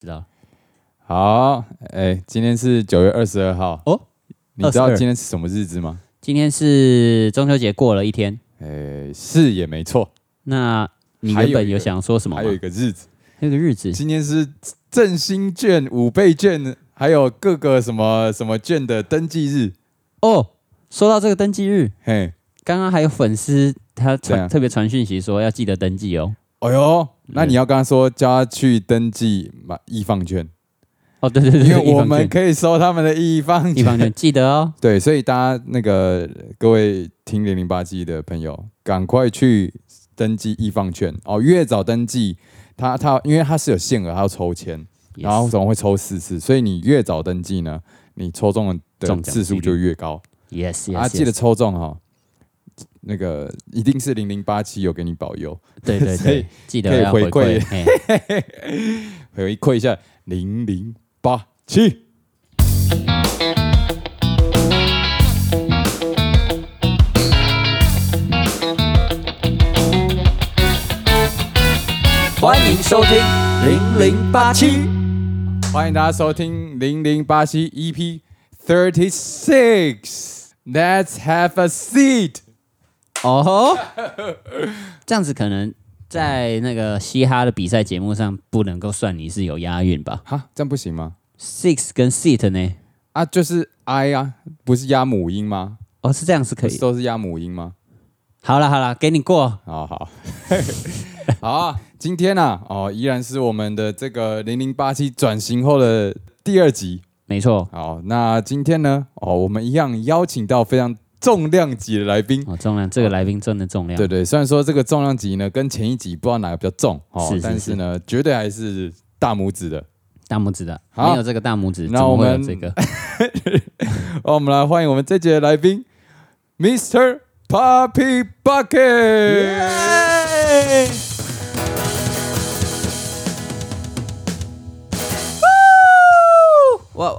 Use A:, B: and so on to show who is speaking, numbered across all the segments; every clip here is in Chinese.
A: 知道
B: 好，哎、今天是九月二十二号
A: 哦，
B: 你知道
A: 22
B: 今天是什么日子吗？
A: 今天是中秋节过了一天，
B: 哎、是也没错，
A: 那你
B: 还有
A: 原本
B: 一个
A: 有想说什么
B: 还
A: 吗？
B: 有一个日子，
A: 那个日子
B: 今天是振兴券、五倍券，还有各个什么什么券的登记日。
A: 哦，说到这个登记日，
B: 嘿，
A: 刚刚还有粉丝他
B: 怎
A: 传
B: 样
A: 特别传讯息说要记得登记哦。
B: 哎呦，那
A: 嗯
B: 你要跟他说，叫他去登记买易放 券，
A: 哦，对对对，
B: 因为
A: 一
B: 我
A: 方
B: 们
A: 券
B: 可以收他们的易放
A: 一
B: 券。
A: 方 券记得哦。
B: 对，所以大家那个各位听零零八七的朋友，赶快去登记易放券哦，越早登记，他他因为他是有限额，他要抽签，然后总共会抽四次，所以你越早登记呢，你抽中的
A: 中奖
B: 次数就越高
A: yes yes，,
B: 啊！
A: yes
B: 记得抽中哈、哦，那个一定是零零八七有给你保佑，
A: 对对
B: 所以
A: 对，记
B: 可以
A: 得要
B: 回
A: 回
B: 馈
A: 馈。嘿
B: 回馈一下零零八七。
A: 欢迎收听零零八七。
B: 欢迎大家收听零零八七 EP Thirty Six。Let's have a seat。
A: 哦吼，这样子可能在那个嘻哈的比赛节目上不能够算你是有押韵吧
B: 哈，这样不行吗？
A: ？Six 跟 seat 呢？
B: 啊，就是 I 啊，不是压母音吗？
A: 哦，是这样是可
B: 不
A: 以
B: 是。都是压母音吗？
A: 好了好了，给你过。
B: 好好 好啊！今天啊，哦，依然是我们的这个零零八七转型后的第二集。
A: 没错，
B: 好，那今天呢，哦，我们一样邀请到非常重量级的来宾。
A: 哦，重量这个来宾真的重量。
B: 对对，虽然说这个重量级呢，跟前一集不知道哪个比较重哦，
A: 是是
B: 但是呢，绝对还是大拇指的。
A: 大拇指的，
B: 好
A: 没有这个大拇指，怎
B: 那我
A: 么会有
B: 们
A: 这 个？
B: 哦，我们来欢迎我们这节的来宾，Mr. Puppy Bucket。
A: 我，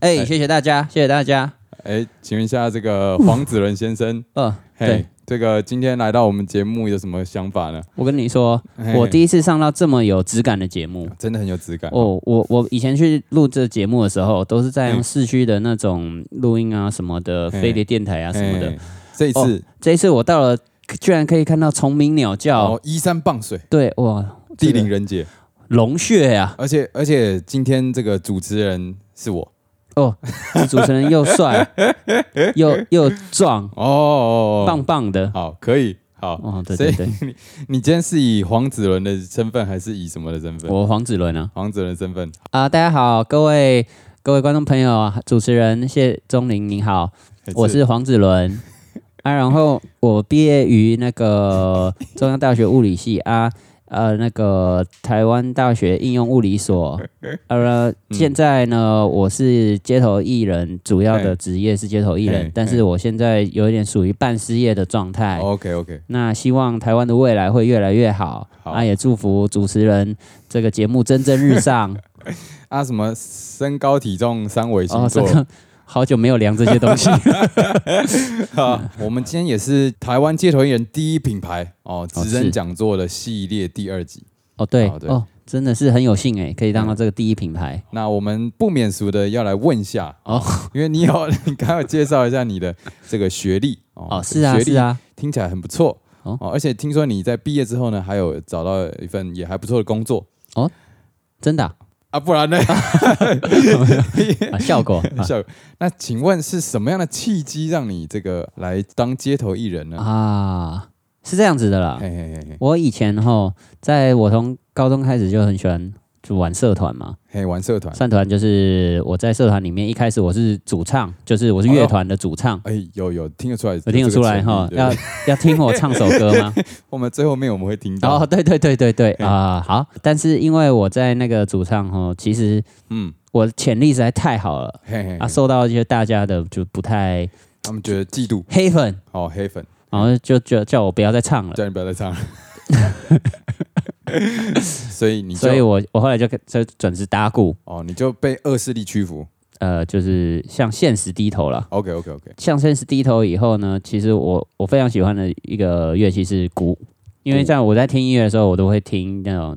A: 哎，谢谢大家，谢谢大家。
B: 哎，请问一下，这个黄子仁先生，
A: 嗯，
B: 嘿
A: 对，，
B: 这个今天来到我们节目有什么想法呢？
A: 我跟你说，
B: 嘿
A: 我第一次上到这么有质感的节目。
B: 真的很有质感
A: 哦，我我以前去录这节目的时候，都是在用市区的那种录音啊什么的，
B: 嘿
A: 飞碟电台啊什么的
B: 嘿。。这一次
A: 这一次我到了，居然可以看到虫鸣鸟叫
B: 哦，，依山傍水，
A: 对，哇，
B: 地灵
A: 这个
B: 人杰，
A: 龙穴啊，
B: 而且而且今天这个主持人是我
A: 哦，主持人又 帅又又壮，
B: 哦哦，哦
A: 棒棒的。
B: 好，可以，好，
A: 哦，对
B: 所以
A: 对对，
B: 你今天是以黄子伦的身份，还是以什么的身份？
A: 我黄子伦啊
B: 黄子伦的身份，
A: 啊，大家好，各位各位观众朋友，主持人谢钟林您好，
B: 还
A: 我是黄子伦啊，然后我毕业于那 个中央大学物理系啊，呃，那个台湾大学应用物理所，呃，
B: 嗯
A: 现在呢，我是街头艺人，主要的
B: 嘿
A: 职业是街头艺
B: 嘿
A: 人，但
B: 嘿
A: 是我现在有一点属于半失业的状态。
B: OK OK，
A: 那希望台湾的未来会越来越好，
B: 好
A: 啊，也祝福主持人这个节目蒸蒸日 上。
B: 啊，什么身高体重三围星
A: 哦，
B: 座
A: 真、的好久没有量这些东 西。
B: 啊，我们今天也是台湾街头艺人第一品牌哦，
A: 哦
B: 职人
A: 是
B: 讲座的系列第二集。
A: 哦，对
B: 好对嗯
A: 哦，真的是很有幸哎，可以当到这个第一品牌。
B: 那我们不免俗的要来问一下哦
A: 哦，
B: 因为你有 你刚刚有介绍一下你的这个学历
A: 哦，是啊，
B: 学
A: 是
B: 历
A: 啊，
B: 听起来很不错哦
A: 哦
B: 而且听说你在毕业之后呢，还有找到一份也还不错的工作
A: 真的 啊
B: 啊，不然呢？
A: 啊效 果啊
B: 笑那请问是什么样的契机让你这个来当街头艺人呢？
A: 啊，是这样子的啦。
B: 嘿嘿嘿嘿，
A: 我以前哈，在我从高中开始就很喜欢就玩社团嘛，
B: 嘿，玩社团，
A: 社团就是我在社团里面一开始我是主唱，就是
B: 哦
A: 我是乐团的主唱。
B: 哎，有有听得出来，
A: 我听得出来哈，要要听我唱首歌吗？
B: 我们最后面我们会听到，
A: 哦，对对对对对啊、好。但是因为我在那个主唱哈，其实
B: 嗯，
A: 我的潜力实在太好了，
B: 嘿嘿
A: 啊，，受到一些大家的就不太
B: 他们觉得嫉妒
A: 黑粉，
B: 哦，黑粉
A: 然后就就叫我不要再唱了，
B: 叫你不要再唱了， 所以你就
A: 所以我我后来就就转职打鼓，
B: 哦，你就被恶势力屈服。
A: 呃，就是向现实低头了。
B: OK OK OK，
A: 向现实低头以后呢，其实我我非常喜欢的一个乐器是鼓，因为在我在听音乐的时候，我都会听那种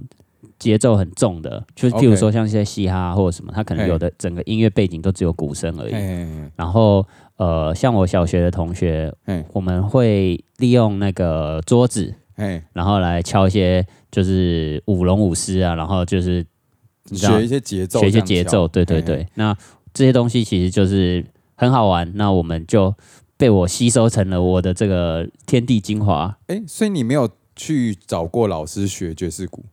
A: 节奏很重的，就是譬如说像一些嘻哈啊或者什么，他可能
B: 嘿
A: 有的整个音乐背景都只有鼓声而已。
B: 哎
A: 然后呃，像我小学的同学，
B: 哎
A: 我们会利用那个桌子，
B: 哎，
A: 然后来敲一些就是舞龙舞狮啊，然后就是你知道
B: 学一些节奏，
A: 学一些节奏，对对对。那这些东西其实就是很好玩，那我们就被我吸收成了我的这个天地精华。
B: 哎。哎，所以你没有去找过老师学爵士鼓，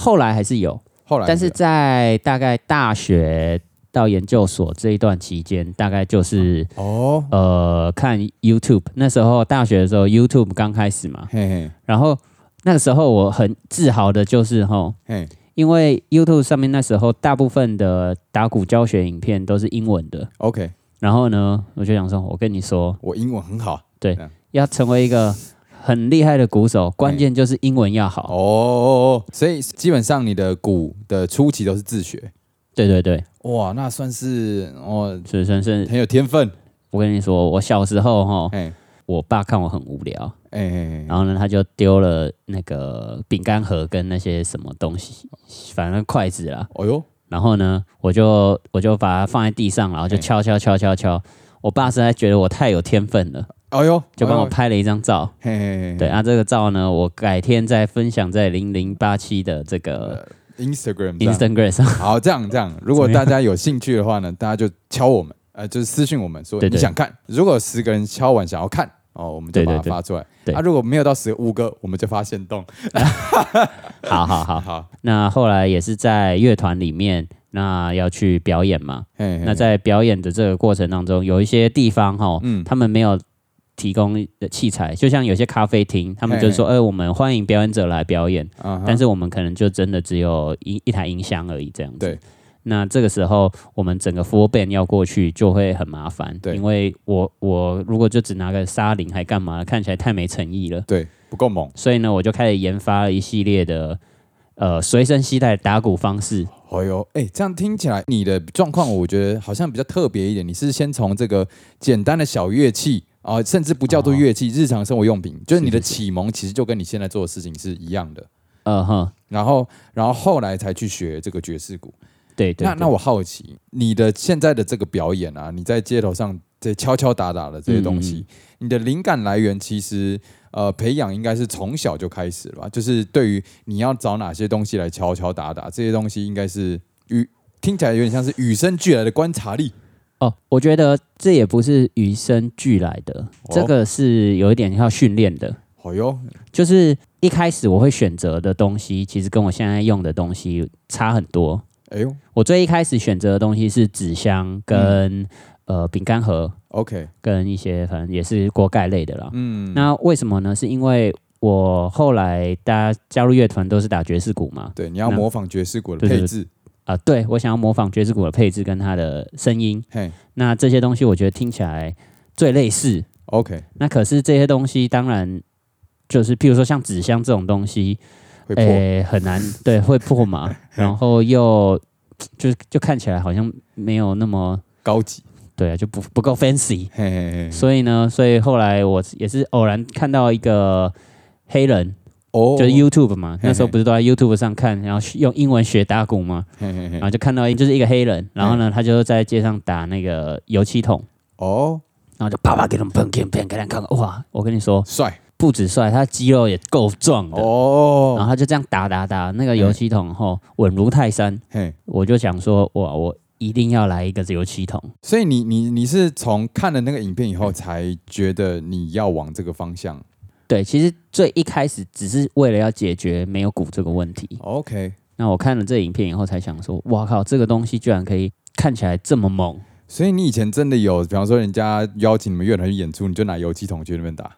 A: 后来还是有，
B: 后来
A: 但是在大概大学到研究所这一段期间，大概就是
B: 哦，
A: 呃看 YouTube。那时候大学的时候，YouTube 刚开始嘛，
B: 嘿嘿
A: 然后那个时候我很自豪的就是吼，
B: 嘿，
A: 因为 YouTube 上面那时候大部分的打鼓教学影片都是英文的。
B: OK，
A: 然后呢，我就想说，我跟你说，
B: 我英文很好
A: 要成为一个很厉害的鼓手，关键就是英文要好。
B: 哦，所以基本上你的鼓的初期都是自学，
A: 对对对，
B: 哇，那算是哦
A: 所以算是
B: 很有天分，
A: 我跟你说，我小时候哈，
B: 哎
A: 我爸看我很无聊，
B: 哎哎
A: 然后呢，他就丢了那个饼干盒跟那些什么东西，反正筷子啦。
B: 哦呦，
A: 然后呢，我就我就把它放在地上，然后就
B: 哎
A: 敲敲敲敲敲。我爸实在觉得我太有天分了，
B: 哎呦，
A: 就帮我
B: 哎呦
A: 拍了一张照。
B: 嘿嘿嘿
A: 对啊，这个照呢，我改天再分享在零零八七的这个
B: ，Instagram 上
A: Instagram 上。
B: 好，这样这样，如果大家有兴趣的话呢，大家就敲我们，呃，就是私信我们说
A: 对
B: 你
A: 对
B: 想看。如果有十个人敲完想要看，哦，我们就
A: 对
B: 把它
A: 对对
B: 发出来。
A: 对
B: 啊，如果没有到十五个，我们就发现动。
A: 好好好，
B: 好，
A: 那后来也是在乐团里面，那要去表演嘛。
B: 嘿嘿
A: 那在表演的这个过程当中，有一些地方哈，
B: 嗯
A: 他们没有提供器材，就像有些咖啡厅，他们就说，哎、我们欢迎表演者来表演，
B: 啊哈
A: 但是我们可能就真的只有一一台音箱而已这样子。
B: 对。
A: 那这个时候，我们整个 four band 要过去就会很麻烦，
B: 对
A: 因为我我如果就只拿个沙林还干嘛，看起来太没诚意了。
B: 对不够猛，
A: 所以呢，我就开始研发了一系列的呃随身携带的打鼓方式。
B: 哦哟，哎，这样听起来你的状况，我觉得好像比较特别一点。你是先从这个简单的小乐器啊、甚至不叫做乐器，日常生活用品，就是你的启蒙，其实就跟你现在做的事情是一样的。
A: 呃哼，
B: 然后，然后后来才去学这个爵士鼓。
A: 对对
B: 那
A: 对
B: 那我好奇，你的现在的这个表演啊，你在街头上这敲敲打打的这些东
A: 嗯
B: 西，你的灵感来源其实呃培养应该是从小就开始了吧？就是对于你要找哪些东西来敲敲打打，这些东西应该是与听起来有点像是与生俱来的观察力。
A: 哦，我觉得这也不是与生俱来的，
B: 哦
A: 这个是有一点要训练的。
B: 哦哟，
A: 就是一开始我会选择的东西，其实跟我现在用的东西差很多。
B: 哎呦
A: 我最一开始选择的东西是纸箱跟、
B: 嗯
A: 呃饼干盒，
B: ，OK，
A: 跟一些反正也是锅盖类的啦。
B: 嗯，
A: 那为什么呢？是因为我后来大家加入乐团都是打爵士鼓嘛，
B: 对，你要
A: 那
B: 模仿爵士鼓的
A: 对对
B: 配置，
A: 啊、对我想要模仿爵士鼓的配置跟它的声音，
B: 嘿
A: 那这些东西我觉得听起来最类似。
B: ，OK，
A: 那可是这些东西当然就是，譬如说像纸箱这种东西，
B: 会破，
A: 诶、很 难对会破嘛，然后又就就看起来好像没有那么
B: 高级，
A: 对啊，就不不够 fancy。
B: 嘿嘿嘿，
A: 所以呢，所以后来我也是偶然看到一个黑人，
B: 哦
A: 就是 YouTube 嘛，
B: 嘿
A: 那时候不是都在 YouTube 上看，然后用英文学打鼓嘛，
B: 嘿嘿
A: 然
B: 嘿，
A: 后就看到一就是一个黑人，然后呢，他就在街上打那个油漆桶，
B: 哦，
A: 然后就啪啪给他们砰给砰给他们看，哇！我跟你说，
B: 帅，
A: 不止帅，他肌肉也够壮的。然
B: 哦，
A: 后他就这样打打打，那个油漆桶后稳如泰山。
B: 嘿。
A: 我就想说，哇，我一定要来一个油漆桶。
B: 所以你你你是从看了那个影片以后，才觉得你要往这个方向
A: 对，其实最一开始只是为了要解决没有鼓这个问题。
B: ？OK，
A: 那我看了这影片以后，才想说，哇靠，这个东西居然可以看起来这么猛。
B: 所以你以前真的有，比方说人家邀请你们乐团去演出，你就拿油漆桶去那边打。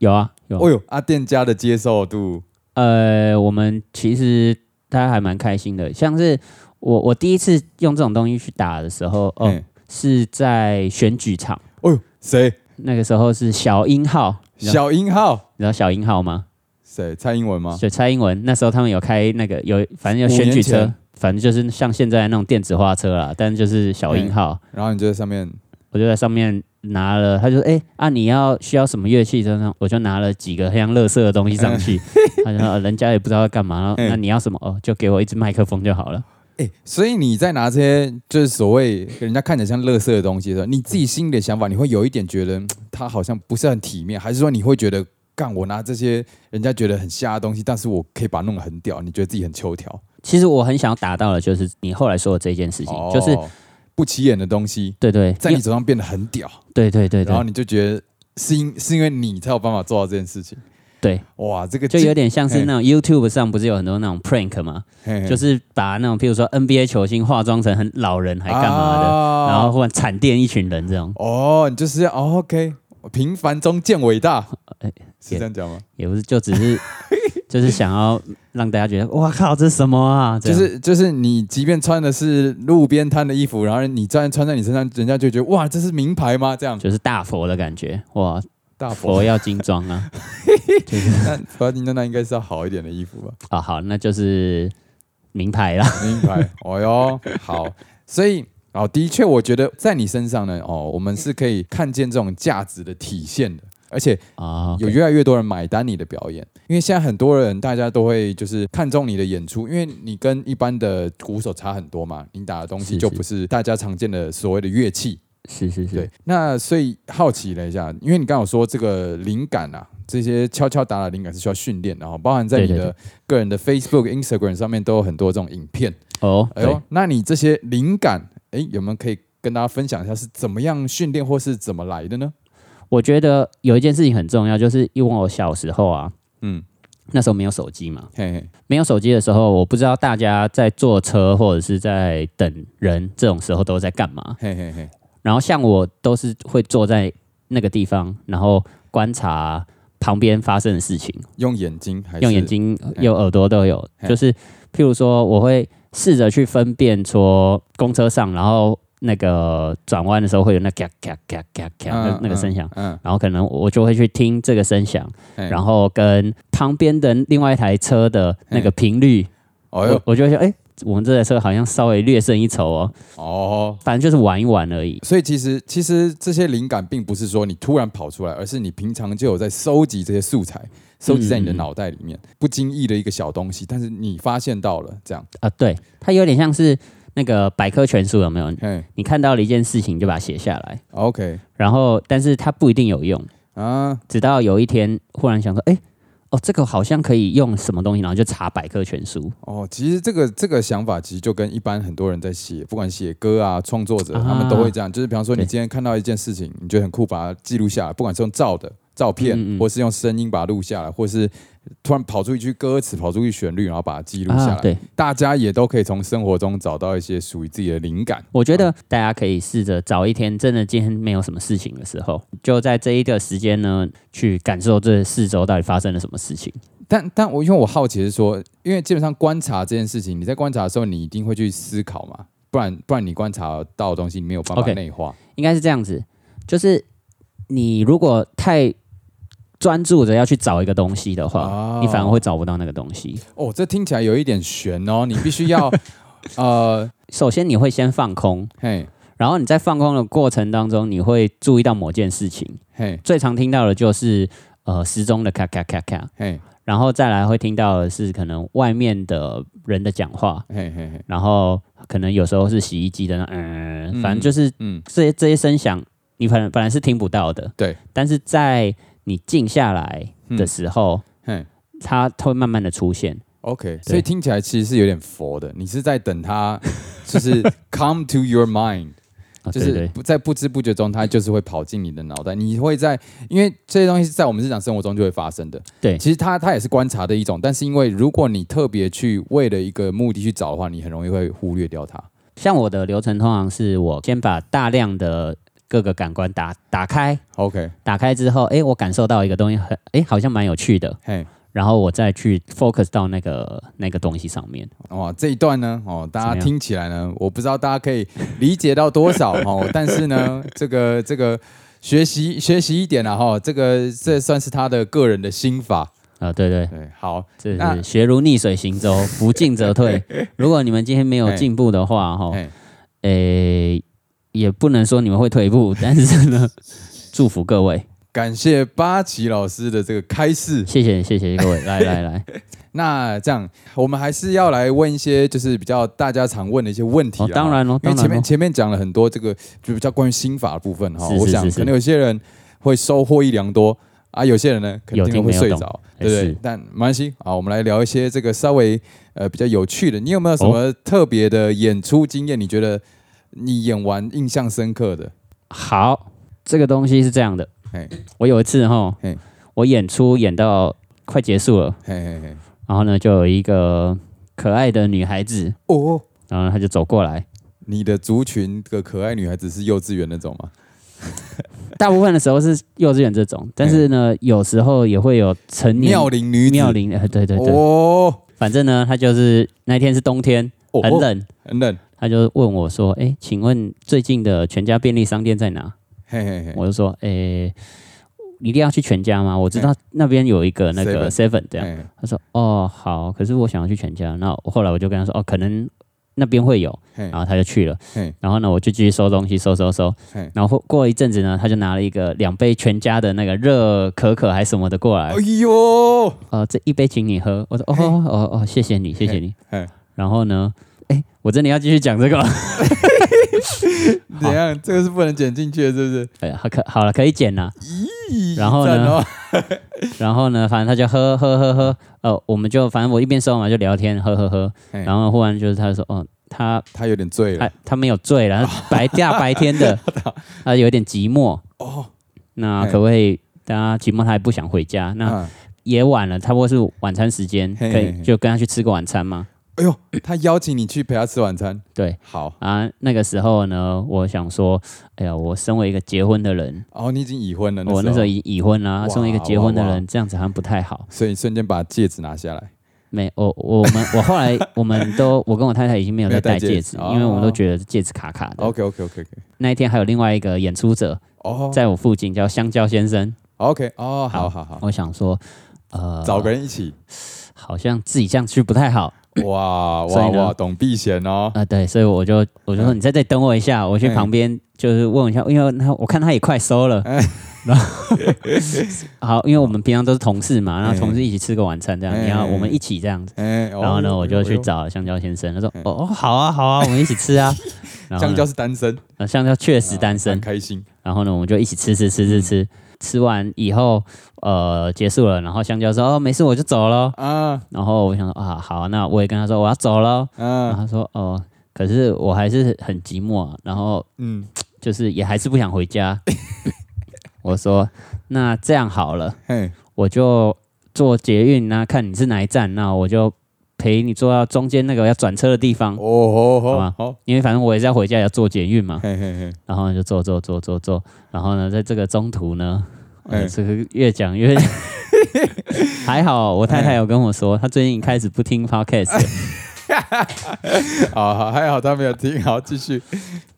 A: 有啊，有啊
B: 哦呦，啊，店家的接受度，
A: 呃，我们其实大家还蛮开心的，像是我我第一次用这种东西去打的时候，哦，
B: 嗯，
A: 是在选举场，
B: 哦呦，谁？
A: 那个时候是小英号，你知道
B: 小英号，
A: 你知道小英号吗？
B: 谁？蔡英文吗？
A: 就蔡英文那时候他们有开那个有，反正有选举
B: 哦五年
A: 车
B: 前，
A: 反正就是像现在那种电子化车啦，但就是小英号，
B: 然后你就在上面，
A: 我就在上面拿了，他就说：“哎、啊，你要需要什么乐器？”真的，我就拿了几个像乐色的东西上去。 他就说、呃人家也不知道要干嘛，然后
B: 嗯
A: 那你要什么？哦，就给我一支麦克风就好了。
B: 哎、所以你在拿这些就是所谓人家看起来像垃圾的东西的时候，你自己心里的想法，你会有一点觉得他好像不是很体面，还是说你会觉得干我拿这些人家觉得很瞎的东西，但是我可以把它弄得很屌，你觉得自己很秋条？
A: 其实我很想要达到的就是你后来说的这件事情，就是
B: 哦不起眼的东西
A: 对对，
B: 在
A: 因
B: 你
A: 为
B: 手上变得很屌，
A: 对对对
B: 然后
A: 对
B: 你就觉得是因是因为你才有办法做到这件事情。
A: 对，
B: 哇，这个
A: 就有点像是
B: 嘿
A: 那种 YouTube 上不是有很多那种 prank 吗？
B: 点
A: 就是把那种，譬如说 NBA 球星化妆成很老人，还干嘛的，然后忽然闪电一群人这种，
B: 啊哦，你就是要哦，OK，平凡中见伟大，
A: 哎
B: 是这样讲吗？
A: 也不是就只 是就是想要让大家觉得，哇靠，这是什么啊？这
B: 就
A: 样
B: 是就是你，即便穿的是路边摊的衣服，然后你穿穿在你身上，人家就觉得哇，这是名牌吗？这样
A: 就是大佛的感觉，哇，
B: 大
A: 佛
B: 佛，
A: 要精装啊！
B: 那佛金那应该是要好一点的衣服吧？
A: 啊，好，那就是名牌啦。
B: 名牌，哦哟，好，所以哦，的确，我觉得在你身上呢，哦，我们是可以看见这种价值的体现的，而且
A: 啊，
B: 有越来越多人买单你的表演，因为现在很多人大家都会就是看中你的演出，因为你跟一般的鼓手差很多嘛，你打的东
A: 是
B: 西就是不是大家常见的所谓的乐器。
A: 是是
B: 对
A: 是，，
B: 那所以好奇了一下，因为你刚刚有说这个灵感啊，这些敲敲打打的灵感是需要训练的哦，包含在你
A: 对对
B: 的个人的 Facebook、Instagram 上面都有很多这种影片。
A: 哦，
B: 哎
A: 对
B: 呦，那你这些灵感，哎，有没有可以跟大家分享一下是怎么样训练或是怎么来的呢？
A: 我觉得有一件事情很重要，就是因为我小时候啊，
B: 嗯，
A: 那时候没有手机嘛，
B: 嘿嘿，
A: 没有手机的时候，我不知道大家在坐车或者是在等人这种时候都在干嘛。
B: 嘿嘿嘿，
A: 然后像我都是会坐在那个地方，然后观察旁边发生的事情，
B: 用眼睛还是
A: 用眼睛、
B: 嘿
A: 用耳朵都有。
B: 嘿
A: 就是譬如说，我会试着去分辨说公车上，然后那个转弯的时候会有那嘎嘎嘎嘎嘎
B: 嗯
A: 那那个声响。
B: 嗯，
A: 然后可能我就会去听这个声响，
B: 然
A: 然后跟旁边的另外一台车的那个频率，
B: 哦
A: 我
B: 哟，
A: 我就会说，哎、我们这台车好像稍微略胜一筹哦。
B: 哦，
A: 反正就是玩一玩而已。
B: 所以其实其实这些灵感并不是说你突然跑出来，而是你平常就有在收集这些素材，收集在
A: 嗯
B: 你的脑袋里面，不经意的一个小东西，但是你发现到了，这样，
A: 啊、对，它有点像是那个百科全书，有没有？
B: 嘿
A: 你看到了一件事情就把它写下来，
B: ，OK
A: 然后但是它不一定有用，
B: 啊，
A: 直到有一天忽然想说，哎、哦，这个好像可以用什么东西，然后就查百科全书。
B: 哦，其实这个这个想法其实就跟一般很多人在写，不管写歌啊、创作者，
A: 啊
B: 他们都会这样，就是比方说你
A: 对
B: 今天看到一件事情，你觉得很酷，把它记录下来，不管是用照的照片，
A: 嗯嗯
B: 或是用声音把它录下来，或是突然跑出一句歌词，跑出一句旋律，然后把它记录下来。
A: 啊，对，
B: 大家也都可以从生活中找到一些属于自己的灵感。
A: 我觉得大家可以试着找一天，真的今天没有什么事情的时候，就在这一个时间呢，去感受这四周到底发生了什么事情。
B: 但但我因为我好奇是说，因为基本上观察这件事情，你在观察的时候，你一定会去思考嘛，不然不然你观察到的东西，你没有办法
A: OK
B: 内化。
A: 应该是这样子，就是你如果太专注着要去找一个东西的话，
B: 哦
A: 你反而会找不到那个东西。
B: 哦，这听起来有一点悬哦，你必 须要呃，
A: 首先你会先放空，
B: 嘿
A: 然后你在放空的过程当中，你会注意到某件事情。
B: 嘿
A: 最常听到的就是呃时钟的咔咔咔咔，
B: 嘿
A: 然后再来会听到的是可能外面的人的讲话，
B: 嘿嘿嘿，
A: 然后可能有时候是洗衣机的那嗯，
B: 嗯
A: 反正就是
B: 嗯，
A: 这些这些声响，你本来本来是听不到的，
B: 对。嗯
A: 但是在你静下来的时候，
B: 嘿
A: 它它会慢慢的出现。
B: ，OK，所以听起来其实是有点佛的，你是在等它，就是 come to your mind。
A: 啊，
B: 就
A: 对
B: 是
A: 对，
B: 不在不知不觉中，它就是会跑进你的脑袋。你会在，因为这些东西是在我们日常生活中就会发生的。
A: 对
B: 其实它它也是观察的一种，但是因为如果你特别去为了一个目的去找的话，你很容易会忽略掉它。
A: 像我的流程通常是我先把大量的各个感官打打开，
B: OK，
A: 打开之后，诶，我感受到一个东西很，诶，好像蛮有趣的，
B: 嘿，
A: 然后我再去 focus 到那个那个东西上面。
B: 哦，这一段呢，哦，大
A: 怎么
B: 家
A: 样
B: 听起来呢，我不知道大家可以理解到多少 哦，但是呢，这个这个学习学习一点啊，哈、这个这算是他的个人的心法。
A: 啊，对对，
B: 对，好，
A: 这
B: 那
A: 是学如逆水行舟，哦不进则退。如果你们今天没有进步的话，哈，
B: 哎，
A: 诶，也不能说你们会退步，但是呢， 祝福各位，
B: 感谢八旗老师的这个开示。
A: 谢谢谢谢各位，来来来，
B: 那这样，我们还是要来问一些就是比较大家常问的一些问 题、啊
A: 哦当然咯
B: 因为前
A: 当然
B: 面
A: 咯
B: 前面讲了很多这个就比较关于心法的部分哈、
A: 是是
B: 我想
A: 是是
B: 可能有些人会收获益良多啊，有些人呢可能
A: 有
B: 听了
A: 听
B: 会
A: 没有
B: 睡
A: 懂
B: 着，
A: 哎
B: 对不对
A: 是？
B: 但没关系啊，我们来聊一些这个稍微呃比较有趣的。你有没有什么特别的演出经验？你觉得你演完印象深刻的？
A: 好，这个东西是这样的
B: 嘿，
A: 我有一次哈
B: 嘿，
A: 我演出演到快结束了，
B: 嘿嘿嘿，
A: 然后呢，就有一个可爱的女孩子，
B: 哦，
A: 然后她就走过来，
B: 你的族群的可爱女孩子是幼稚园那种吗？
A: 大部分的时候是幼稚园这种，但是呢，有时候也会有成年
B: 妙龄女子，
A: 妙龄，呃，对对对，
B: 哦，
A: 反正呢，她就是那天是冬天，
B: 哦
A: 很，冷，
B: 很冷，
A: 她就问我说：“哎、请问最近的全家便利商店在哪
B: 嘿嘿？”嘿，
A: 我就说：“哎、一定要去全家吗？我知道那边有一个那个 Seven 这样。”
B: 嘿
A: 他说：“哦，好，可是我想要去全家。”那我后来我就跟他说：“哦，可能那边会有。”
B: 嘿
A: 然后他就去了
B: 嘿。
A: 然后呢，我就继续收东西，收收收
B: 嘿。
A: 然后过了一阵子呢，他就拿了一个两杯全家的那个热可可还什么的过来
B: 哎。呦，
A: 呃，这一杯请你喝。我说：“哦
B: 嘿
A: 哦哦哦，谢谢你，谢谢你
B: 嘿嘿。”
A: 然后呢，哎，我真的要继续讲这个 了。
B: 怎样？这个是不能剪进去的，是不是？
A: 哎，好可好了，可以剪了。
B: 咦
A: 然后呢
B: 赞哦
A: 然后呢，反正他就喝喝喝喝，呃，我们就反正我一边收嘛就聊天，喝喝喝。
B: 嘿
A: 然后忽然就是他说：“哦，他
B: 他有点醉了
A: 他，哎他没有醉了，他白 大白天的，他有点寂寞。
B: 哦，
A: 那
B: 嘿
A: 可不可以？大家寂寞，他也不想回家。那
B: 嗯
A: 也晚了，差不多是晚餐时间，
B: 嘿
A: 可
B: 嘿嘿
A: 以就跟他去吃个晚餐吗？
B: 哎呦，他邀请你去陪他吃晚餐，
A: 对
B: 好，
A: 啊，那个时候呢，我想说，哎呀，我身为一个结婚的人，
B: 哦，你已经已婚了，
A: 我那时候已已婚啦，
B: 哇
A: 身为一个结婚的
B: 哇
A: 人，这样子好像不太好。
B: 所以瞬间把戒指拿下来，
A: 没，我我们我后来我们都，我跟我太太已经没有
B: 没有
A: 再
B: 戴
A: 戴
B: 戒
A: 戒
B: 指
A: 指，
B: 哦
A: 因为我们都觉得戒指卡卡的。
B: OK OK OK OK，
A: 那一天还有另外一个演出者
B: 哦
A: 在我附近，叫香蕉先生。
B: ，OK，哦，好好好，
A: 我想说，呃，
B: 找个人一起，
A: 好像自己这样去不太好
B: 哇
A: 所
B: 哇
A: 以呢
B: 哇，懂避嫌哦
A: 啊、，对，所以我就我就说你在这里等我一下，我去
B: 嗯
A: 旁边就是问一下，因为他我看他也快收了，
B: 哎
A: 然后 好，因为我们平常都是同事
B: 哎
A: 嘛，然后同事一起吃个晚餐这样，
B: 嗯
A: 然后我们一起这样子，
B: 哎，然
A: 然后呢我就去，找香蕉先生，他说哦哦好啊好啊，我们一起吃 啊，
B: 哎
A: 然后
B: 呦香
A: 呢
B: 蕉是哦单身，
A: 呃香蕉确实单
B: 很
A: 身，
B: 开心，
A: 然后呢我们就一起吃吃吃吃
B: 嗯
A: 吃，吃完以后呃结束了，然后香蕉说哦没事我就走了，
B: 啊
A: 然后我想说啊好，那我也跟他说我要走了。然
B: 啊
A: 后他说哦、可是我还是很寂寞啊，然后
B: 嗯，
A: 就是也还是不想回家。我说那这样好了，
B: 嘿，
A: 我就坐捷运那、看你是哪一站，那我就陪你坐到中间那个要转车的地方
B: 哦，吼
A: 好
B: 吼
A: 吧
B: 好，
A: 因为反正我也是要回家，也要坐捷运嘛。
B: 嘿嘿嘿，
A: 然后就坐坐坐坐坐，然后呢，在这个中途呢，
B: 哎
A: 呃，这个越讲越还好，我太太有跟我说，她最近开始不听 podcast 了
B: 好好，还好他没有听，好，继 续，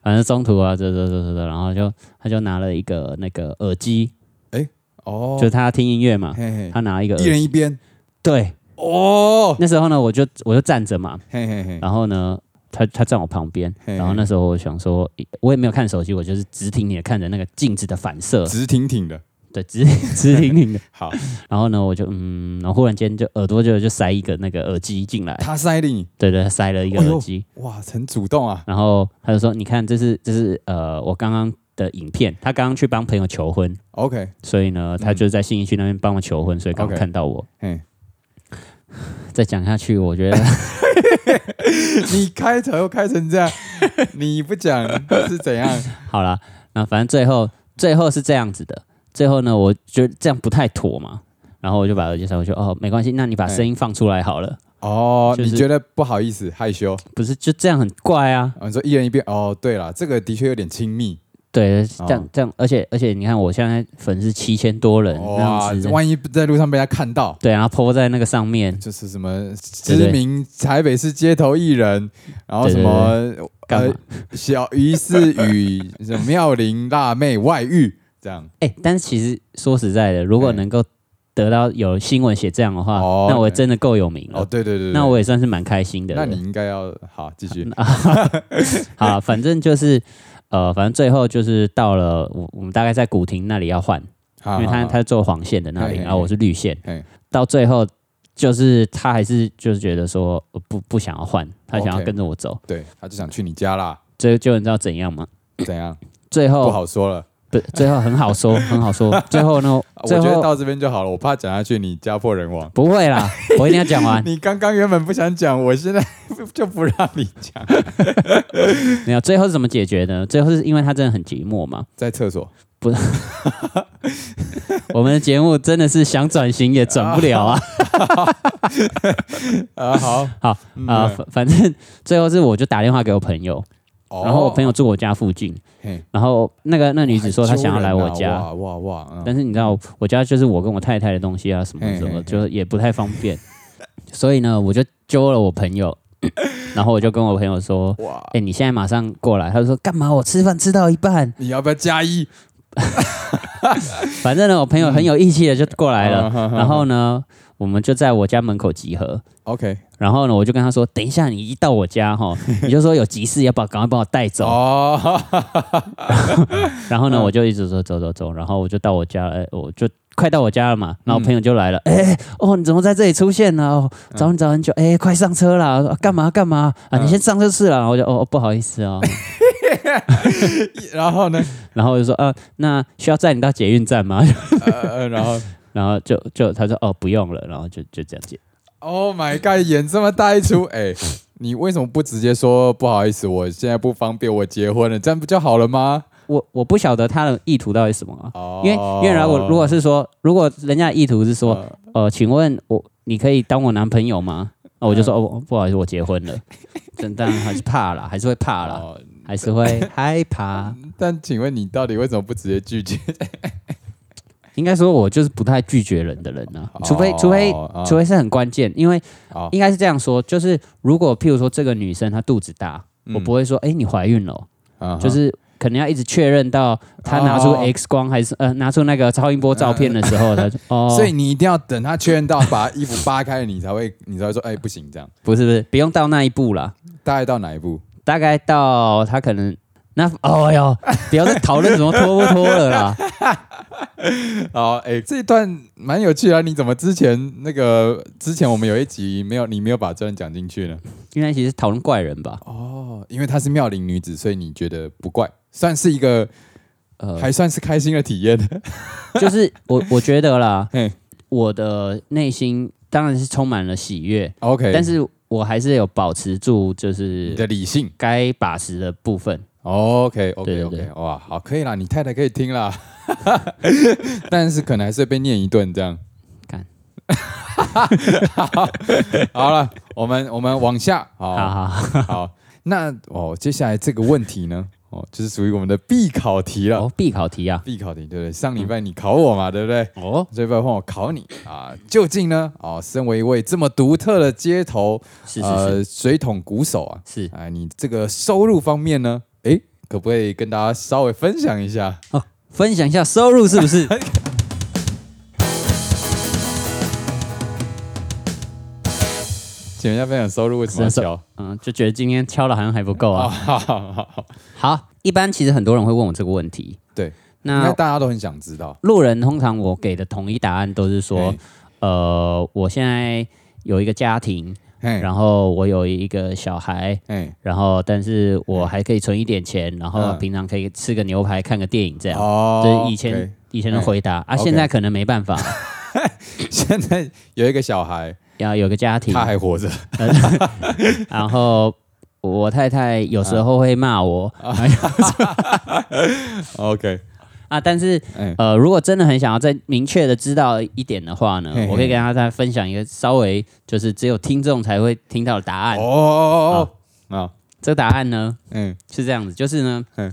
A: 反正中途啊，走走走走走，然后就他就拿了一个那个耳机，
B: 哦，
A: 就是他听音乐嘛，
B: 嘿嘿，
A: 他拿一个耳
B: 一人
A: 机。
B: 一边，
A: 对，
B: 哦，
A: 那时候呢，我就我就站着嘛，
B: 嘿嘿嘿，
A: 然后呢，他他站我旁边，
B: 嘿
A: 然后那时候我想说，我也没有看手机，我就是直挺挺的看着那个镜子的反射，
B: 直挺挺的，
A: 对， 直直挺挺的。
B: 好，
A: 然后呢，我就嗯，然后忽然间就耳朵就就塞一个那个耳机进来，
B: 他塞你，
A: 对对，他塞了一个
B: 哎呦
A: 耳机，
B: 哇，很主动啊，
A: 然后他就说，你看，这是这是呃，我刚刚的影片，他刚刚去帮朋友求婚。
B: OK，
A: 所以呢，他就在信义区那边帮我求婚，所以刚好
B: 嗯 OK
A: 看到我。
B: 嘿，
A: 再讲下去，我觉得
B: 你开头开 成这样，你不讲是怎样？
A: 好啦，那反正最后最后是这样子的。最后呢，我觉得这样不太妥嘛，然后我就把耳机塞回去。哦，没关系，那你
B: 哎
A: 把声音放出来好了。
B: 哦，
A: 就是
B: 你觉得不好意思、害羞？
A: 不是，就这样很怪啊。
B: 哦、你说一人一边。哦，对了，这个的确有点亲密。
A: 对，这样、
B: 哦
A: 这样，而且而且你看，我现在粉丝七千多人，这
B: 哇
A: 样，子，
B: 万一在路上被他看到，
A: 对，然后 po 在那个上面，
B: 就是什么
A: 对
B: 知名台北市街头艺人，然后什
A: 对对
B: 么
A: 对干嘛
B: 呃小于是与什么妙龄辣妹外遇这样。
A: 哎、但是其实说实在的，如果
B: 嗯
A: 能够得到有新闻写这样的话，
B: 哦
A: 那我真的够有名了。
B: 哦，对对对对
A: 那我也算是蛮开心的了。
B: 那你应该要好继续。
A: 好，反正就是呃，反正最后就是到了我我们大概在古亭那里要换，因
B: 因
A: 为他他是做黄线的那
B: 嘿
A: 里，
B: 啊嘿嘿
A: 然后我是绿线
B: 嘿，
A: 到最后就是他还是就是觉得说呃不不想要换，他想要
B: OK
A: 跟着我走，
B: 对，他就想去你家啦，
A: 最就你知道怎样吗？
B: 怎样？
A: 最
B: 不
A: 后
B: 好说了，
A: 不最后很好说，很好说，最后 呢，
B: 啊我
A: 最
B: 觉得
A: 后
B: 到这边就好了，我怕讲下去你家破人亡。
A: 不会啦，我一定要讲完，
B: 你刚刚原本不想讲，我现在 就不让你讲。
A: 没有，最后是怎么解决呢？最后是因为他真的很寂寞嘛。
B: 在厕所
A: 我们的节目真的是想转型也转不了啊
B: 啊，好，
A: 好
B: 嗯
A: 啊！
B: 对
A: 反 反正最后是我就打电话给我朋友，
B: 哦
A: 然后我朋友住我家附近，
B: 嘿
A: 然后那个那女子说她想要来我
B: 很揪人
A: 家，
B: 啊哇哇哇！
A: 但是你知道我家就是我跟我太太的东西啊，什么什
B: 嘿嘿
A: 么，
B: 嘿
A: 就是也不太方 便，所以呢，我就揪了我朋友，然后我就跟我朋友说。
B: 嗯哇，
A: 哎、你现在马上过来，他就说干嘛？我吃饭吃到一半，
B: 你要不要加一？
A: 反正呢，我朋友很有义气的就过来了。
B: 嗯
A: 然后呢，我们就在我家门口集合。
B: OK，
A: 然后呢，我就跟他说，等一下你一到我家 哈，你就说有急事，要把赶快把我带走。
B: 哦，
A: 然后呢，我就一直说走走走，然后我就到我家了，哎，我就快到我家了嘛。然后我朋友就来了，哎、哦，你怎么在这里出现呢、哦，找你找很久，哎、快上车啦，啊干嘛干嘛啊？你先上车是啦。然后我就哦哦不好意思哦，
B: 然后呢？
A: 然后我就说呃，那需要载你到捷运站吗？
B: 呃呃，然后
A: 然后就就他说哦不用了，然后就就这样子。
B: Oh my God，演这么大一出，哎，你为什么不直接说不好意思，我现在不方便，我结婚了，这样不就好了吗？
A: 我我不晓得他的意图到底是什么啊。
B: 哦，
A: 因为因为然后我如果是说，如果人家的意图是说，
B: 呃
A: 呃，请问我你可以当我男朋友吗？那
B: 呃
A: 我就说、哦，不好意思，我结婚了。 但当然还是怕啦，还是会怕啦，
B: 哦
A: 还是 会害怕。
B: 但请问你到底为什么不直接拒绝？
A: 应该说，我就是不太拒绝人的人呢、
B: 哦
A: 除非除非
B: 哦
A: 除非是很关键，因为
B: 好
A: 应该是这样说，就是如果譬如说这个女生她肚子大，
B: 嗯
A: 我不会说，哎、你怀孕了哦，
B: 啊哈
A: 就是。可能要一直确认到她拿出
B: 哦呃
A: X 光还是呃拿出那个超音波照片的时候，她就哦，
B: 所以你一定要等他确认到把衣服扒开，你才会你才会说，哎、不行，这样
A: 不是不是不用到那一步啦，
B: 大概到哪一步？
A: 大概到他可能那哦哟，不要再讨论什么脱不脱了啦。
B: 哦，哎、这一段蛮有趣的啊、你怎么之前那个之前我们有一集没有你没有把这段讲进去呢？
A: 因为其实讨论怪人吧，
B: 哦，因为她是妙龄女子，所以你觉得不怪，算是一个
A: 呃，
B: 还算是开心的体验。
A: 就是我我觉得啦
B: 嘿，
A: 我的内心当然是充满了喜悦，
B: OK，
A: 但是我还是有保持住就
B: 你
A: 是
B: 的理性
A: 该把持的部分。
B: ，OK OK
A: 对
B: OK，
A: 对
B: 哇，好，可以啦，你太太可以 听啦，但是可能还是被念一顿这样。
A: 干，
B: 好了，我们我们往下，好
A: 好好好，
B: 好，那哦，接下来这个问题呢，哦，就是属于我们的必考题了。
A: 哦，嗯必考题啊，
B: 必考题对不对？上礼拜你考我嘛，对不对？
A: 哦，
B: 这礼拜换我考你啊！究竟呢？哦，身为一位这么独特的街头
A: 是是是
B: 呃水桶鼓手啊，
A: 是
B: 啊，你这个收入方面呢？诶，可不可以跟大家稍微分享一下？
A: 哦，分享一下收入是不是？
B: 请人家分享收入为什么要
A: 是
B: 敲？
A: 嗯，就觉得今天敲的好像还不够
B: 啊，
A: 啊。
B: 好好好好，
A: 好，一般其实很多人会问我这个问题，
B: 对，应
A: 那
B: 该大家都很想知道。
A: 路人通常我给的统一答案都是说
B: 嘿，
A: 呃，我现在有一个家庭，
B: 嘿，
A: 然后我有一个小孩，
B: 嘿，
A: 然后但是我还可以存一点钱，然后
B: 嗯
A: 平常可以吃个牛排、看个电影这样。
B: 哦
A: 啊这是以
B: OK
A: 前以前的
B: 嘿
A: 回答啊，
B: OK
A: 现在可能没办 法，
B: 现在有一个小孩，
A: 要有个家庭，
B: 他还活着，
A: 然后。我太太有时候会骂我
B: 啊 OK，
A: 啊，但是
B: 哎，
A: 呃，如果真的很想要再明确的知道一点的话呢
B: 嘿，嘿
A: 我可以跟大家分享一个稍微就是只有听众才会听到的答案。
B: 哦，啊，
A: 这个答案呢
B: 嗯，
A: 是这样子，就是呢
B: 嗯，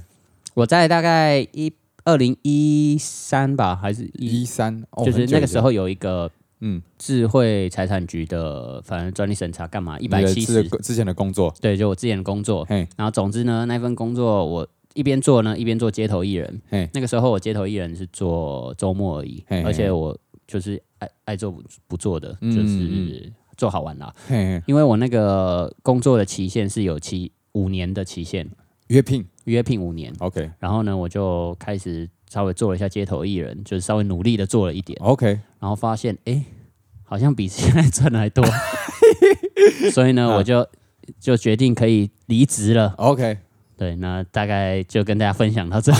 A: 我在大概一二零一三吧，还是一，
B: 一三，哦
A: 就是那个时，
B: 很久以前
A: 候有一个
B: 嗯，
A: 智慧财产局的，反正专利审查干嘛，一
B: 一
A: 百七十，
B: 之前的工作，
A: 对，就我之前的工作。
B: 嘿，
A: 然后总之呢，那份工作我一边做呢，一边做街头艺人。
B: 嘿
A: 那个时候我街头艺人是做周末而已，
B: 嘿嘿
A: 而且我就是爱爱做不不做的，
B: 嗯
A: 就是做好玩啦。
B: 嘿嘿，
A: 因为我那个工作的期限是有期五年的期限，
B: 约聘
A: 约聘五年，
B: ，OK
A: 然后呢，我就开始稍微做了一下街头艺人，就是稍微努力的做了一点，
B: OK，
A: 然后发现哎、诶好像比现在赚的还多， 所以呢，
B: 嗯
A: 我就就决定可以离职了。
B: OK，
A: 对，那大概就跟大家分享到这，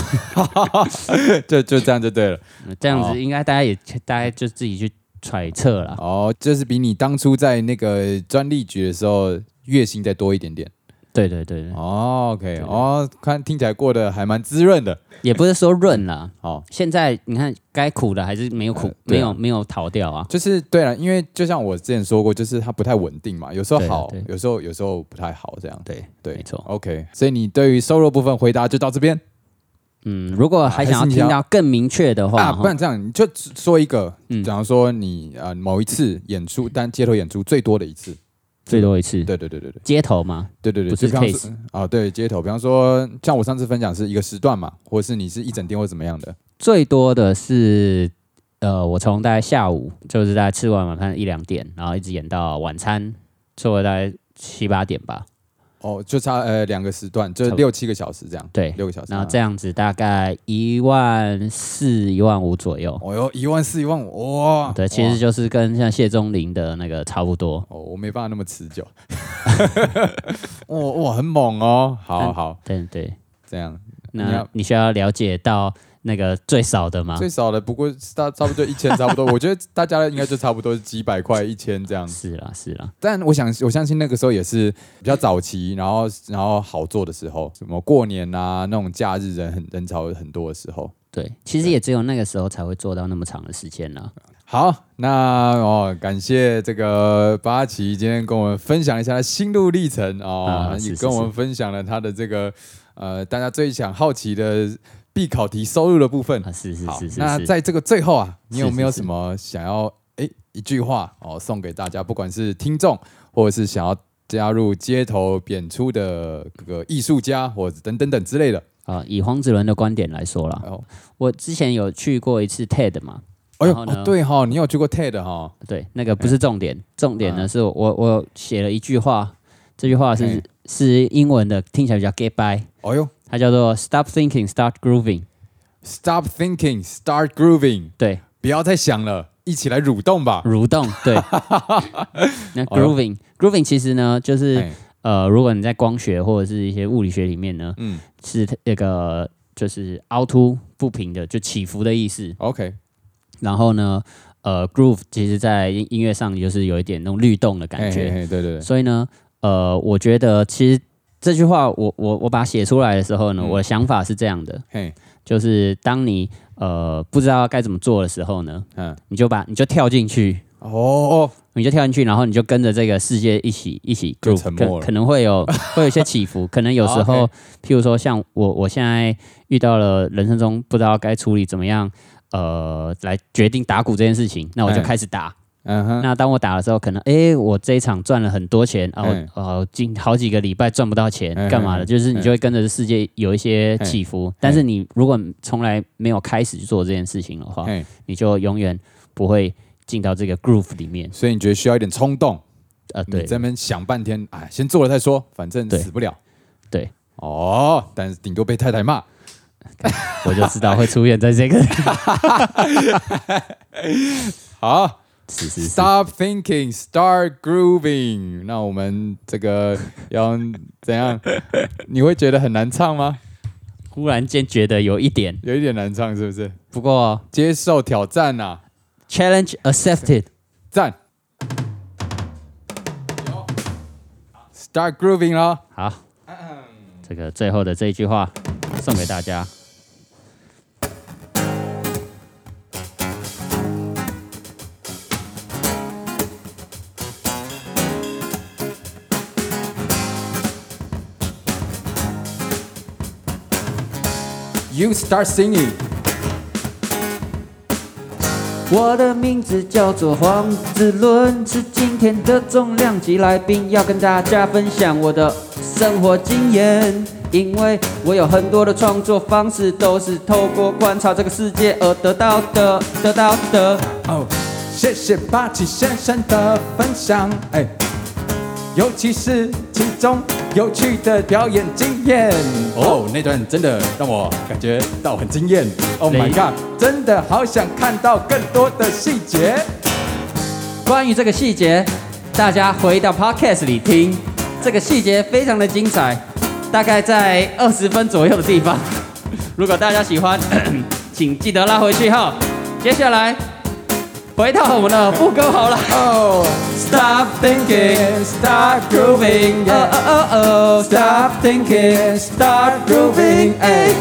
B: 就就这样就对了。
A: 这样
B: 好
A: 子应该大家也大概就自己去揣测了。
B: 哦，就是比你当初在那个专利局的时候月薪再多一点点。
A: 对对对对，
B: 哦，OK，
A: 嗯对
B: 哦，看听起来过得还蛮滋润的。
A: 也不是说润啦，
B: 哦，
A: 现在你看该苦的还是没有苦，没
B: 对啊
A: 有没有逃掉啊。
B: 就是对了，因为就像我之前说过，就是它不太稳定嘛，有时候
A: 对啊
B: 好
A: 对，
B: 有时候有时候不太好，这样。
A: 对
B: 对，
A: 没错
B: OK，所以你对于收入部分回答就到这边
A: 嗯，如果还想
B: 还
A: 要
B: 是你要
A: 听到更明确的话，
B: 啊，
A: 哈
B: 不然这样你就说一个，
A: 哦嗯
B: 假如说你呃某一次演出，但街头演出最多的一次，
A: 最多一次
B: 对对对对对
A: 街头嘛，
B: 对对对，
A: 不是
B: 就比方
A: case
B: 说啊，对街头，比方说像我上次分享是一个时段嘛，或者是你是一整天或怎么样的，
A: 最多的是呃，我从大概下午就是大概吃完晚饭一两点，然后一直演到晚餐，做了大概七八点吧。
B: 哦，就差呃两个时段，就
A: 差
B: 是
A: 不多
B: 六七个小时这样，
A: 对
B: 六个小时，
A: 然后这样子大概一万四、一万五左右。
B: 哦哟，一万四一万五，哇！
A: 对，其实
B: 哇
A: 就是跟像谢钟林的那个差不多。
B: 哦，我没办法那么持 久。哇哇，很猛哦！好
A: 但
B: 好，
A: 对对，
B: 这样你
A: 那
B: 要
A: 你需要了解到那个最少的吗？
B: 最少的不过差差不多一千，差不多。我觉得大家应该就差不多几 百块一千这样。
A: 是啦，是啦。
B: 但我想我相信那个时候也是比较早期，然后然后好做的时候，什么过年啊那种假日人很人潮很多的时候。
A: 对，其实也只有那个时候才会做到那么长的时间啦。
B: 好，那哦，感谢这个八旗今天跟我们分享一下他心路历程哦，
A: 啊是
B: 也
A: 是
B: 跟我们
A: 是
B: 分享了他的这个呃，大家最想好奇的必考题收入的部分。
A: 啊，是是
B: 好
A: 是是，
B: 那
A: 是
B: 在这个最后啊，你
A: 是
B: 有没有
A: 是是
B: 什么想要诶一句话哦送给大家，不管是听众或者是想要加入街头演出的这个艺术家，或者等等等之类的？
A: 啊，以黄子伦的观点来说啦，
B: 哦，
A: 我之前有去过一次 TED 嘛，
B: 哎呦，
A: 然后呢
B: 哦对哈、你有去过 TED 哈、哦？
A: 对，那个不是重点，重点呢
B: 嗯
A: 是我我我写了一句话，这句话是
B: 嘿
A: 是英文的，听起来比较 get by，
B: 哎呦
A: 它叫做 Stop thinking, start grooving。
B: ，Stop thinking, start grooving。
A: 对，
B: 不要再想了，一起来蠕动吧。
A: 蠕动，对。那 grooving、grooving 其实呢，就是、
B: 哦哎
A: 呃，如果你在光学或者是一些物理学里面呢，
B: 嗯
A: 是那个就是凹凸不平的，就起伏的意思。
B: ，OK，
A: 然后呢，呃，groove 其实在音音乐上就是有一点那种律动的感觉。
B: 嘿嘿嘿对对对，
A: 所以呢，呃，我觉得其实这句话我我我把它写出来的时候呢，
B: 嗯
A: 我的想法是这样的，
B: 嘿，
A: 就是当你呃不知道该怎么做的时候呢，
B: 嗯，
A: 你就把你就跳进去。
B: 哦哦，
A: 你就跳进去，然后你就跟着这个世界一起一起
B: 就
A: group，
B: 沉默
A: 可
B: 了
A: 可能会 有会有一些起伏，可能有时候，
B: 哦，OK
A: 譬如说像我我现在遇到了人生中不知道该处理怎么样，呃，来决定打鼓这件事情，那我就
B: 嗯
A: 开始打。
B: 嗯哼，
A: 那当我打的时候，可能诶，我这一场赚了很多钱啊，
B: 嗯
A: 我呃近好几个礼拜赚不到钱
B: 嗯，
A: 干嘛的？就是你
B: 嗯
A: 就会跟着世界有一些
B: 嗯
A: 起伏，但是你如果从来没有开始去做这件事情的话，
B: 嘿，
A: 你就永远不会进到这个 groove 里面。
B: 所以你觉得需要一点冲动，
A: 呃，
B: 你
A: 对，
B: 在那边想半天，哎，先做了再说，反正
A: 对
B: 死不了。
A: 对，
B: 哦，但是顶多被太太骂。
A: 我就知道会出现在这个。
B: 好
A: 是是是，
B: ，Stop thinking, start grooving。那我们这个要怎样？你会觉得很难唱吗？
A: 忽然间觉得有一点，
B: 有一点难唱，是不是？
A: 不过
B: 接受挑战呐、啊，
A: challenge accepted。
B: 赞。Start grooving 啦。
A: 好，这个最后的这一句话送给大家。
B: You start singing.
A: 我的名字叫做黄子伦，是今天的重量级来宾，要跟大家分享我的生活经验。因为我有很多的创作方式，都是透过观察这个世界而得到的，得到的。
B: 哦，谢谢八旗先生的分享，哎，尤其是其中有趣的表演经验。哦，那段真的让我感觉到很惊艳。Oh my god，真的好想看到更多的细节。
A: 关于这个细节，大家回到 podcast 里听，这个细节非常的精彩，大概在二十分左右的地方。 如果大家喜欢， 请记得拉回去哈。接下来回到我们的副歌好了。
B: Oh, stop thinking, stop
A: 哦
B: grooving, yeah.
A: 哦哦
B: Stop thinking, stop grooving, 哎，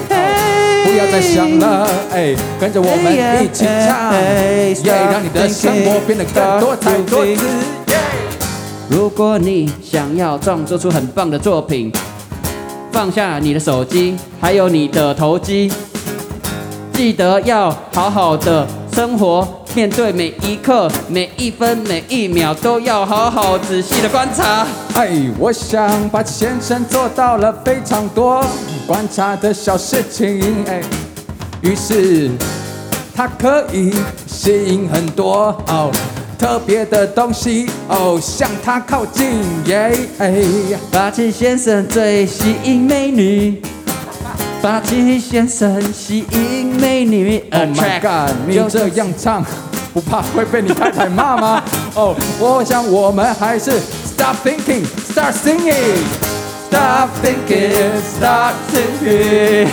B: 不要再想了，哎，跟着我们一起唱，
A: 哎
B: 耶，让你的生活变得更多彩多姿。
A: 如果你想要创作出很棒的作品，放下你的手机，还有你的投机，记得要好好的生活，面对每一刻、每一分、每一秒，都要好好仔细的观察。
B: 哎，我想把先生做到了非常多观察的小事情，哎，于是它可以吸引很多哦特别的东西哦向它靠近，耶，哎。
A: 八七先生最吸引美女，八七先生吸引美女
B: Oh my god！你这样唱，不怕会被你太太 骂吗？哦，我想我们还是 stop thinking, start singing, stop thinking, start singing,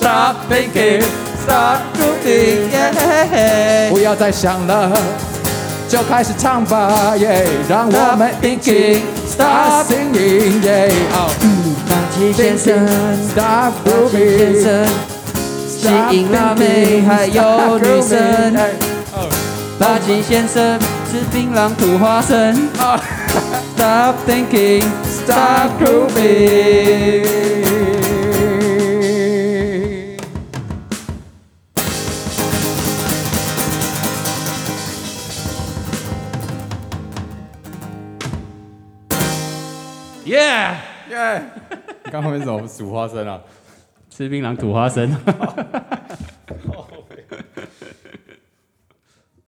B: stop thinking, start doing，
A: 耶
B: 不要再想了，就开始唱吧，耶！让我们一起 start singing，耶！哦
A: 八七 Oh，先生，
B: ，stop
A: 八七先
B: grooving。
A: 生吸引辣妹还有女生，
B: 哎
A: 八七先生吃槟榔吐花生。
B: 啊
A: Stop thinking,
B: Stop
A: stop grooving。
B: grooving。
A: Yeah，
B: 耶！刚后面什么数花生啊？
A: 吃槟榔吐花生。